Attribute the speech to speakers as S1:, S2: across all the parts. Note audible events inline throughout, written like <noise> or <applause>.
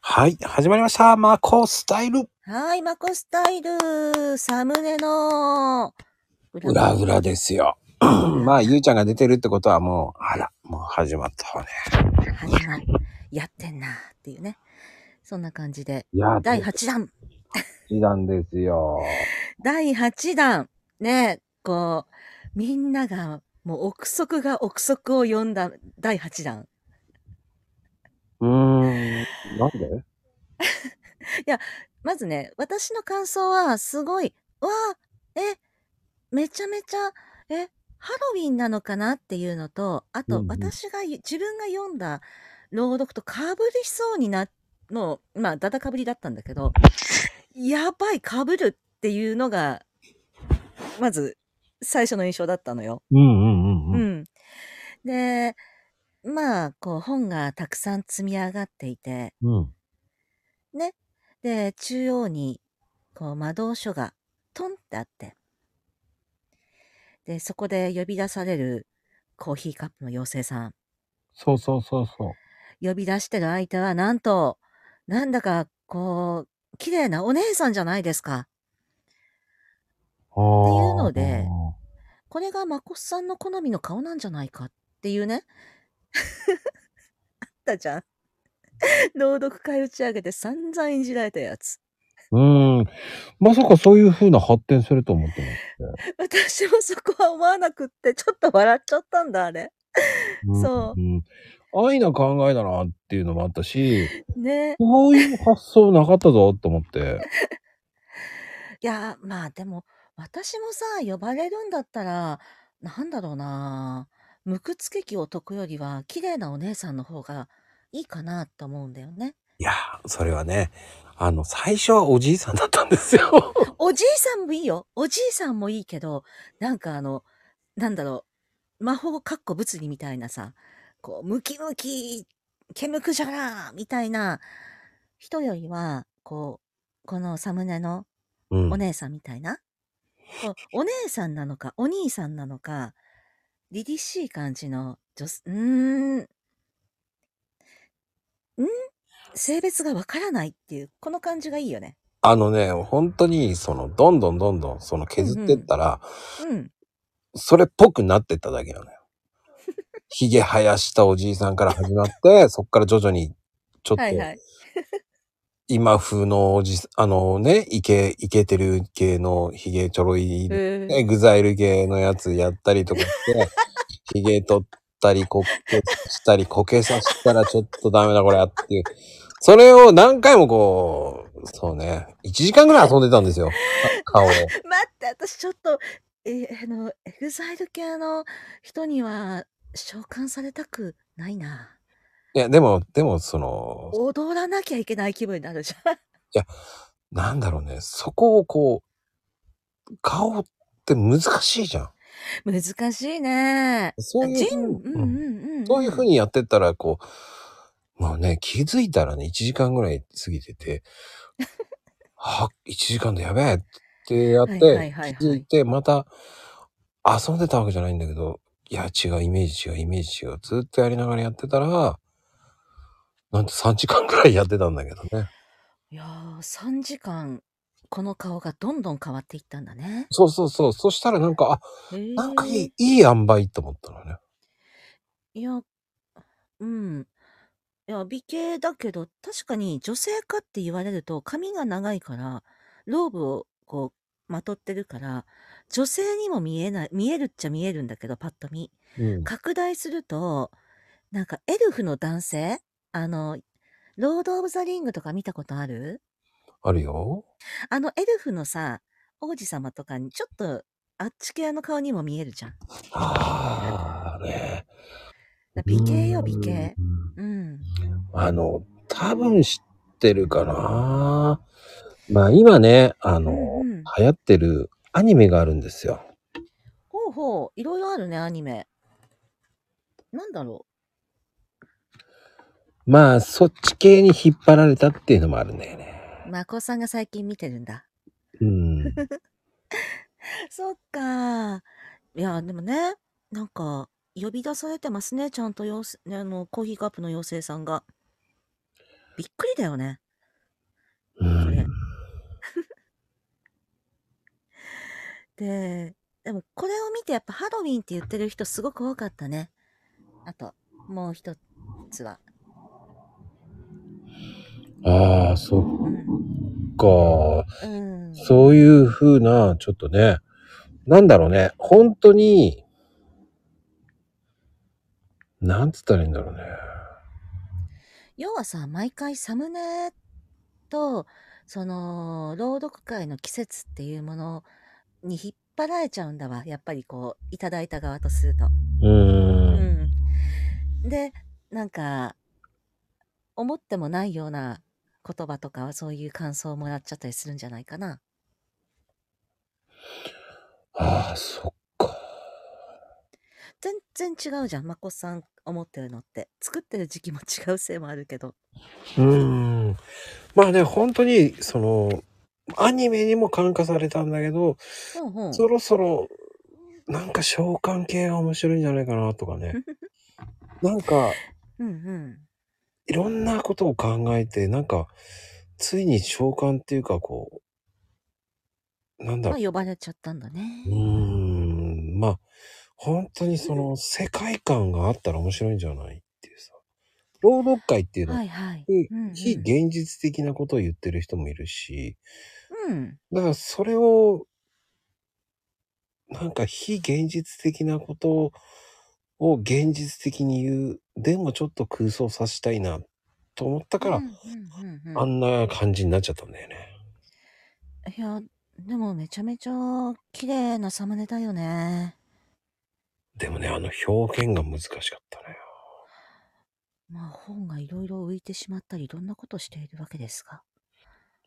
S1: はい、始まりました。マコスタイル。
S2: はい、マコスタイル。サムネの
S1: 裏裏です <laughs> よ。まあ、ゆうちゃんが出てるってことはもう、あら、もう始まったわね。
S2: 始まる。やってんなっていうね。そんな感じで。
S1: いやー
S2: 第8弾。
S1: 一段ですよ。
S2: 第8弾。ね、こう、みんなが、もう憶測が憶測を読んだ第8弾。
S1: うーん、なんで
S2: まずね、私の感想は、すごい、わあ、え、めちゃめちゃ、え、ハロウィンなのかなっていうのと、あ
S1: う
S2: と
S1: ん、うん
S2: 私が、自分が読んだ朗読とかぶりそうにな、の、まあ、だだかぶりだったんだけど、やばい、かぶるっていうのが、まず、最初の印象だったのよ。
S1: うんうんうん
S2: う
S1: うん。
S2: ん。で、まあ、こう、本がたくさん積み上がっていて、
S1: うん。
S2: ね。で、中央に、こう、魔導書が、トンってあって、で、そこで呼び出されるコーヒーカップの妖精さん。
S1: そうそうそうそう。
S2: 呼び出してる相手は、なんと、なんだか、こう、綺麗なお姉さんじゃないですか。
S1: って
S2: いうので、これがマコスさんの好みの顔なんじゃないかっていうね。 <laughs> あったじゃん。朗読会打ち上げて散々いじられたやつ。
S1: うーん。まさかそういう風な発展すると思ってなくて。。
S2: 私もそこは思わなくって、ちょっと笑っちゃったんだ、あれ。そ
S1: う
S2: う
S1: ん安易な考えだなっていうのもあったし、
S2: ね。
S1: そういう発想なかったぞと思って。
S2: いやーまあでも私もさ呼ばれるんだったらなんだろうなムクつけ機を解くよりは綺麗なお姉さんの方がいいかなと思うんだよね。
S1: いやー、それはね、あの、最初はおじいさんだったんです
S2: <laughs>
S1: よ。
S2: おじいさんもいいよおじいさんもいいけどなんかあのなんだろう魔法かっこ物理みたいなさこうムキムキケムクジャラーみたいな人よりはこうこのサムネの
S1: うん
S2: お姉さんみたいな、こうお姉さんなのかお兄さんなのか凛々しい感じの女すうーんん性別がわからないっていうこの感じがいいよね。
S1: あのね、本当に、その、どんどんどんどん、その削ってったら、
S2: うん
S1: それっぽくなってっただけな
S2: <laughs>
S1: のよ。ひげ生やしたおじいさんから始ま
S2: <laughs>
S1: って、そっから徐々に、ちょっと、
S2: はいはい。
S1: 今風のおじさん、あのね、イケ、イケてる系のひげちょろい、
S2: う
S1: ね、
S2: ーん
S1: エグザイル系のやつやったりとか
S2: <laughs>
S1: して、ひげ取ったり、こっけしたり、こけさしたらちょっとダメだこれやっていう。それを何回もこう、そうね、1時間ぐらい遊んでたんですよ。顔を。
S2: 待って私ちょっとえーあのエグザイル系の人には召喚されたくないな。
S1: いや、でも、でも、その、
S2: 踊らなきゃいけない気分になるじゃん。 <laughs>
S1: なんだろうね、そこをこう、顔って難しいじゃん。
S2: 難しいね。
S1: そういう
S2: 人
S1: ふう
S2: う
S1: に、
S2: んう
S1: うん
S2: んうんん。
S1: そういうふうにやってったら、こう、まあね、気づいたらね、1時間ぐらい過ぎてて、
S2: <laughs>
S1: は、1時間でやべえってやっ
S2: はいはい
S1: て、
S2: はいはい
S1: 気づいて、また遊んでたわけじゃないんだけど、いや、違う、イメージ違う、イメージ違う、ずっとやりながらやってたら、なんと3時間ぐらいやってたんだけどね。
S2: いやー、3時間、この顔がどんどん変わっていったんだね。
S1: そうそうそう。そしたらなんか、あ、な
S2: な
S1: んかいい、いい塩梅と思ったのね。
S2: いや、うん。いや、美形だけど、確かに女性かって言われると、髪が長いから、ローブをこう、まとってるから、女性にも見えない、見えるっちゃ見えるんだけど、パッと見。
S1: うん。
S2: 拡大すると、なんかエルフの男性あの、ロード・オブ・ザ・リングとか見たことある
S1: あるよ。
S2: あのエルフのさ、王子様とかにちょっとあっち系の顔にも見えるじゃん。だか
S1: ああ、ね。
S2: ら美形よ、美形。
S1: うん
S2: うん。
S1: あの、多分知ってるかな。まあ今ね、あの、
S2: うんうん
S1: 流行ってるアニメがあるんですよ。
S2: ほうほう、いろいろあるね、アニメ。なんだろ
S1: まあそっち系に引っ張られたっていうのもあるんだよね。
S2: う。まこさんが最近見てるんだ。 <laughs>
S1: うん。
S2: そっか。いや、でもね、なんか、呼び出されてますね、ちゃんと妖精、ねあの、コーヒーカップの妖精さんが。びっくりだよね。
S1: う
S2: それ
S1: ん。
S2: で、でもこれを見てやっぱハロウィンって言ってる人すごく多かったね。あと、もう一つは。
S1: ああ、そっ
S2: うん。
S1: か。
S2: うん。
S1: そういうふうな、ちょっとね、なんだろうね、本当に、なんつったらいいんだろうね。
S2: 要はさ、毎回サムネと、その、朗読会の季節っていうものに引っ張られちゃうんだわ。やっぱりこう、いただいた側とすると。
S1: う
S2: う
S1: ーん。
S2: ん。で、なんか、思ってもないような言葉とかはそういう感想をもらっちゃったりするんじゃないかな。
S1: ああ、そっか。
S2: 全然違うじゃん、まこさん思ってるのって。作ってる時期も違うせいもあるけど。
S1: うーん。まあね、本当に、その、アニメにも感化されたんだけど、
S2: ほうほう。
S1: そろそろ、なんか召喚系が面白いんじゃないかなとか <laughs> ね。なんか、
S2: うんうん。
S1: いろんなことを考えて、なんか、ついに召喚っていうか、こう、なんだ
S2: ま
S1: ろ
S2: あ、呼ばれちゃったんだね
S1: う。う。ーん、まあ、本当にその世界観があったら面白いんじゃないっていうさ。朗読会っていうのは、
S2: はいはい。うん、うん。
S1: 非現実的なことを言ってる人もいるし、
S2: うん。
S1: だからそれを、なんか非現実的なことを現実的に言う、でもちょっと空想させたいなと思ったから、
S2: うんうんうん
S1: あ
S2: うん
S1: んな感じになっちゃったんだよね。
S2: いや、でもめちゃめちゃ綺麗なサムネだよね。
S1: でもね、あの表現が難しかったね。
S2: まあ本がいろいろ浮いてしまったり、いろんなことしているわけですが。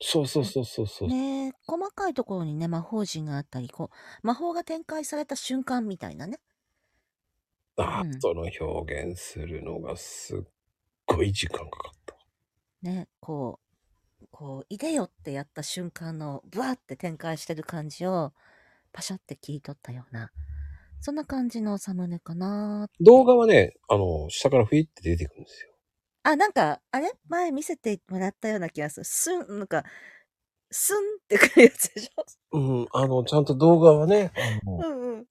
S1: そうそうそうそうそう。
S2: ねえ細かいところにね、魔法陣があったり、こう、魔法が展開された瞬間みたいなね。
S1: あ
S2: うん
S1: その表現するのがすっごい時間かかった。
S2: ね、こう、こう、いでよってやった瞬間の、ブワーって展開してる感じを、パシャって切り取ったような、そんな感じのサムネかなーって
S1: 動画はね、あの、下からフィって出てくるんですよ。
S2: あ、なんか、あれ前見せてもらったような気がする。すん、なんか、すんってくるやつで <laughs> しょ
S1: うん、あの、ちゃんと動画はね、あの
S2: うんうん。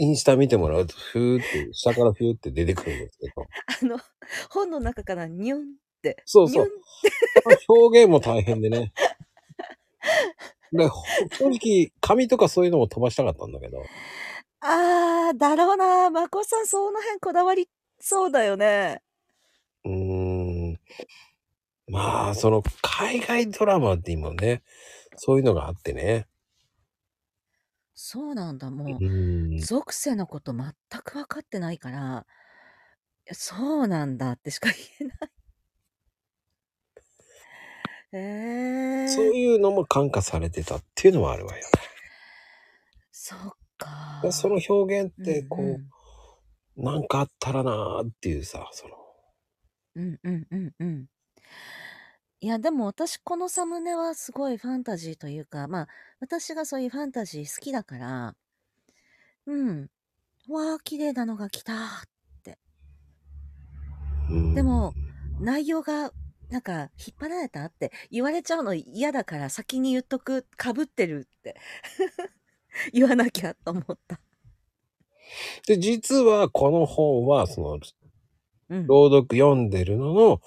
S1: インスタ見てもらうと、ふーって、下からふーって出てくるんですけど、
S2: あの、本の中からニュンって。
S1: そうそう
S2: ニュン
S1: この <laughs> 表現も大変でね。で、ほ正直、紙とかそういうのも飛ばしたかったんだけど、
S2: あー、だろうなー。まこさん、その辺こだわりそうだよね。
S1: うーん、まあ、その、海外ドラマって今ね、そういうのがあってね。
S2: そうなんだ、もう
S1: う。ーん、
S2: 属性のこと全く分かってないから、いやそうなんだってしか <laughs> 言えない。
S1: そう
S2: えー、
S1: いうのも感化されてたっていうのはあるわよ。
S2: そっか。
S1: でその表現って、こう、
S2: うん
S1: なんかあったらなーっていうさ、その、
S2: うん、うんうんうんうん。いや、でも私このサムネはすごいファンタジーというか、まあ、私がそういうファンタジー好きだから、うん。わあ、綺麗なのが来た。
S1: うん
S2: でも、内容が、なんか、引っ張られたって言われちゃうの嫌だから先に言っとく、かぶってるって <laughs> 言わなきゃと思った。
S1: で、実はこの本は、その、
S2: うん。は
S1: 朗読読んでるのの、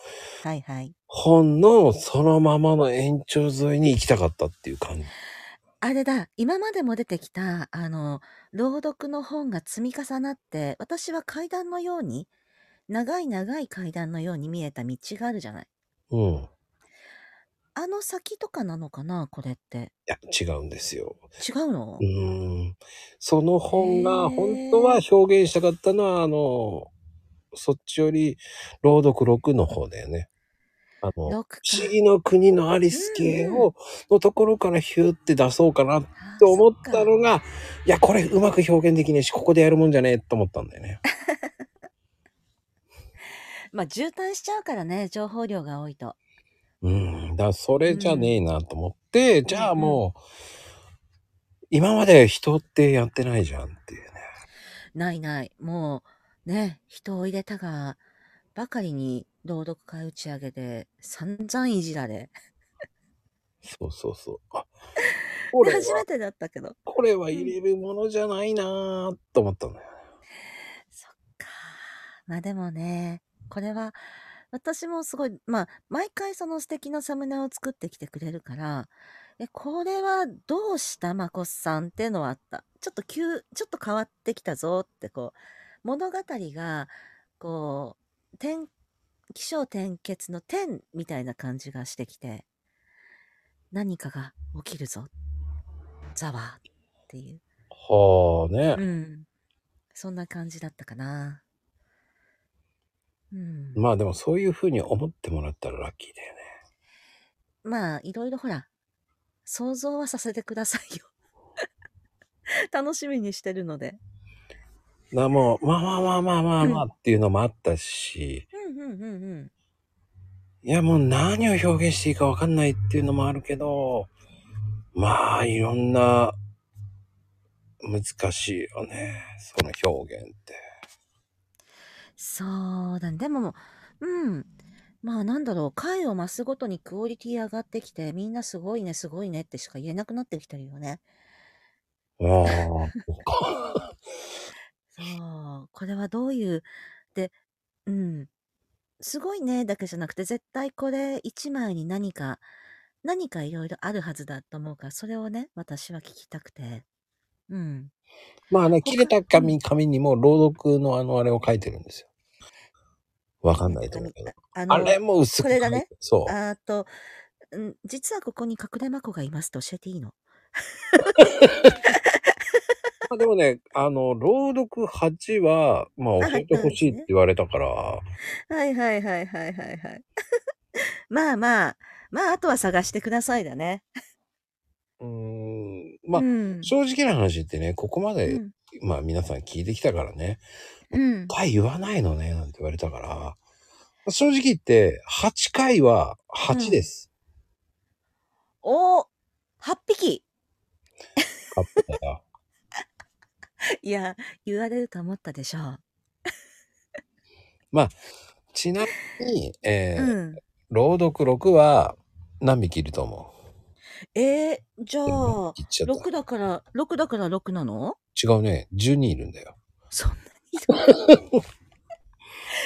S2: いはい。
S1: 本のそのままの延長沿いに行きたかったっていう感じ。
S2: あれだ、今までも出てきた、あの、朗読の本が積み重なって、私は階段のように、長い長い階段のように見えた道があるじゃない。
S1: うん。い
S2: あの先とかなのかな、これって。
S1: や、違うんですよ。
S2: 違うの
S1: うーん。その本
S2: へ
S1: が
S2: ー
S1: 本当は表現したかったのは、あの、そっちより朗読6の方だよね。あの、不
S2: 6
S1: 思
S2: か。
S1: 議の国のアリス系
S2: うんう
S1: を、のところからヒューって出そうかなっ
S2: あー
S1: て思っ
S2: そ
S1: た
S2: っか
S1: のが、いや、これうまく表現できねえし、ここでやるもんじゃねえと思ったんだよね。
S2: まあ、渋滞しちゃうからね、情報量が多いと。
S1: うん、だからそれじゃねえなと思って、じゃあ
S2: うんうん
S1: もう、今まで人ってやってないじゃんっていうね。
S2: ないない。もう、ね、人を入れたが、ばかりに朗読会打ち上げで散々いじられ。
S1: そうそうそう。あ、これ
S2: <laughs> 初
S1: は
S2: め、てだったけど。
S1: これは入れるものじゃないなぁと思ったんだよ。
S2: そっか。まあでもね、これは、私もすごい、まあ、毎回その素敵なサムネを作ってきてくれるから、え、これはどうしたまこさんってのはあった。ちょっと急、ちょっと変わってきたぞってこう、物語が、こう、転、起承転結の転みたいな感じがしてきて、何かが起きるぞ、ざわっていう。
S1: はあ
S2: <laughs>
S1: ね。
S2: うん。そんな感じだったかな。うん。
S1: まあでもそういうふうに思ってもらったらラッキーだよね。
S2: まあ、いろいろほら、想像はさせてくださいよ。 <laughs> 楽しみにしてるので。
S1: な、もう、まあまあまあまあまあ
S2: う
S1: まあ
S2: ん。
S1: っていうのもあったし、
S2: うんうんうんうん。
S1: いやもう何を表現していいかわかんないっていうのもあるけど、まあいろんな難しいよね。その表現って。
S2: そうだね。でも、うん。まあなんだろう、回を増すごとにクオリティ上がってきて、みんなすごいね、すごいねってしか言えなくなってきてるよね。
S1: ああ、そうか。
S2: そう、これはどういう、で、うん。すごいねだけじゃなくて、絶対これ一枚に何か、何かいろいろあるはずだと思うから、それをね、私は聞きたくて。うん。
S1: まあね、切れ
S2: 他、
S1: た
S2: うん。
S1: 紙、紙にも朗読のあのあれを書いてるんですよ。わか
S2: 切
S1: ん
S2: れ
S1: ない
S2: た
S1: と思う
S2: 紙、
S1: けど。
S2: あ、あ
S1: あれ
S2: の、
S1: も薄
S2: こ
S1: く
S2: れが
S1: 書いて
S2: ね、
S1: る。そう。
S2: あーと、うん、実はここに隠れまこがいますと教えてい
S1: <laughs>
S2: いの。
S1: まあでもね、あの、朗読8は、まあ
S2: あ、
S1: 教
S2: 入っ
S1: えて
S2: たん
S1: ほ
S2: です
S1: しいって
S2: ね。
S1: 言われたから、
S2: はいはいはいはいはいはい。 <laughs> まあまあ、まああとは探してくださいだね。
S1: うーん、ま
S2: う
S1: あ、
S2: ん。
S1: 正直な話言ってね、ここま
S2: う
S1: で、
S2: ん。
S1: まあ皆さん聞いてきたからね、
S2: うん。
S1: 回言わないのね、なんて言われたから、正直言って、8回は
S2: う
S1: 8で
S2: ん。
S1: す。
S2: おー !8 匹
S1: 勝ったら。
S2: いや、言われると思ったでしょう。
S1: まあ、ちなみに、
S2: う
S1: えー
S2: ん。
S1: 朗読6は何匹いると思
S2: えー、じゃ
S1: ううん
S2: あ、
S1: 言っちゃった。
S2: 6だから、6だから6なの <laughs>
S1: 違うね、10人いるんだよ。
S2: そんなにいる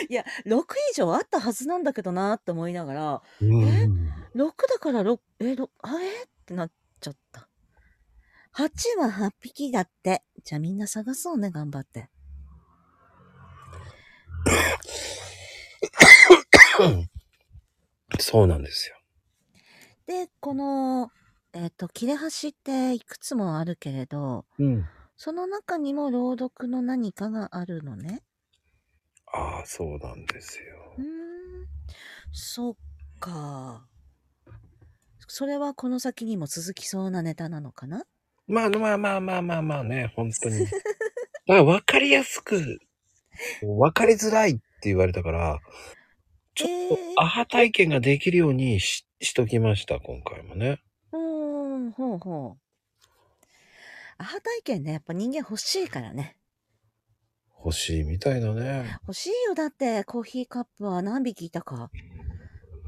S2: いや、6以上あったはずなんだけどなって思いながら、
S1: う
S2: え
S1: ん。
S2: 6だから6、え、6、あれってなっちゃった。8は8匹だって。じゃあみんな探そうね、頑張って。
S1: そうなんですよ。
S2: で、この、えっ、と、切れ端っていくつもあるけれど、
S1: うん。
S2: その中にも朗読の何かがあるのね。
S1: ああ、そうなんです
S2: うー
S1: よ。
S2: ん、そっか。それはこの先にも続きそうなネタなのかな
S1: まあまあまあまあまあまあね、本当
S2: <laughs>
S1: に。まあ、わかりやすく、わかりづらいって言われたから、ちょっと
S2: ええ
S1: アハ体験ができるようにししときました、今回もね。
S2: うーん、ほうほう。アハ体験ね、やっぱ人間欲しいからね。
S1: 欲しいみたいだね。
S2: 欲しいよ、だってコーヒーカップは何匹いたか。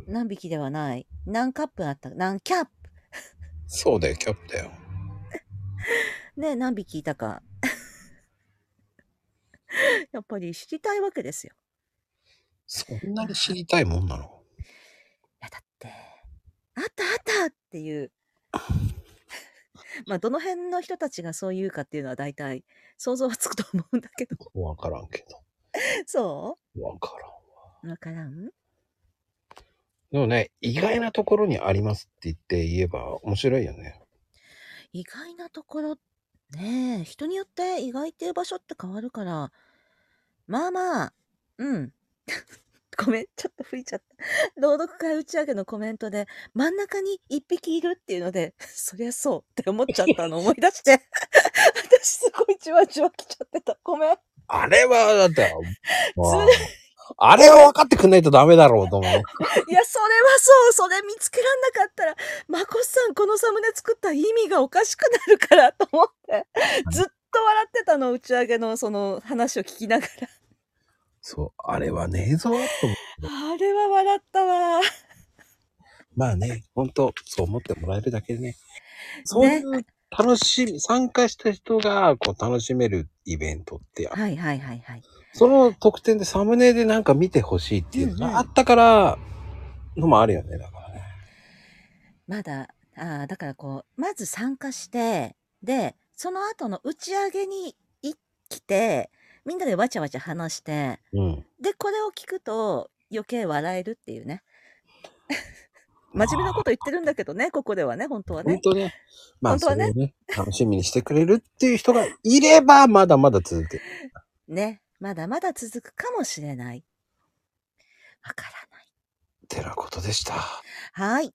S2: 何匹ではない。何カップあった何キャップ
S1: そうだよ、キャップだよ。
S2: ね、何匹いたか。 <laughs> やっぱり知りたいわけですよ。
S1: そんな
S2: あ
S1: に知
S2: は、
S1: りたいもんなの
S2: いやだって、あったあったっていう、 <laughs> まあどの辺の人たちがそう言うかっていうのは大体想像はつくと思うんだけど。
S1: わからんけ
S2: そ
S1: ど。わからん。
S2: うわからん
S1: でもね、意外なところにありますって言って言えば面白いよね。
S2: 意外なところ、ねえ、人によって意外っていう場所って変わるから、まあまあ、うん。 <laughs> ごめん、ちょっと吹いちゃった。朗読会打ち上げのコメントで、真ん中に一匹いるっていうので、そりゃそうって思っちゃったの思い出して。 <laughs> 私すごいじわじわ来ちゃってた。ごめん。
S1: あれは、だって、
S2: <laughs> ずる
S1: まあ、あれ
S2: ご
S1: は
S2: めん。
S1: 分かってくんないとダメだろうと思う。
S2: いや、それはそう。それ見つけらんなかったら、まこさん、このサムネ作った意味がおかしくなるからと思って、ずっと笑ってたの、打ち上げのその話を聞きながら。
S1: そう、あれはねえぞ、と思って
S2: あれは笑ったわ。
S1: まあね、本当そう思ってもらえるだけでね。そういう楽しみ、参加した人がこう楽しめるイベントって、
S2: はいはいはいはい。
S1: その特典でサムネでなんか見てほしいっていうの
S2: うんう
S1: が
S2: ん
S1: あったから、のもあるよね、だからね。
S2: まだ、あーだからこう、まず参加して、で、その後の打ち上げにい来て、みんなでわちゃわちゃ話して、
S1: うん。
S2: で、これを聞くと余計笑えるっていう <laughs> ね。真面目なこと言ってるんだけどね、ここではね、本当は
S1: 本
S2: ね。
S1: 当ね。まあ、
S2: 本当
S1: そ
S2: は
S1: れ
S2: ね
S1: をね、楽しみにしてくれるっていう人がいれば、まだまだ続ける。
S2: ね、まだまだ続くかもしれない。わからない。
S1: てなことでした。
S2: はい。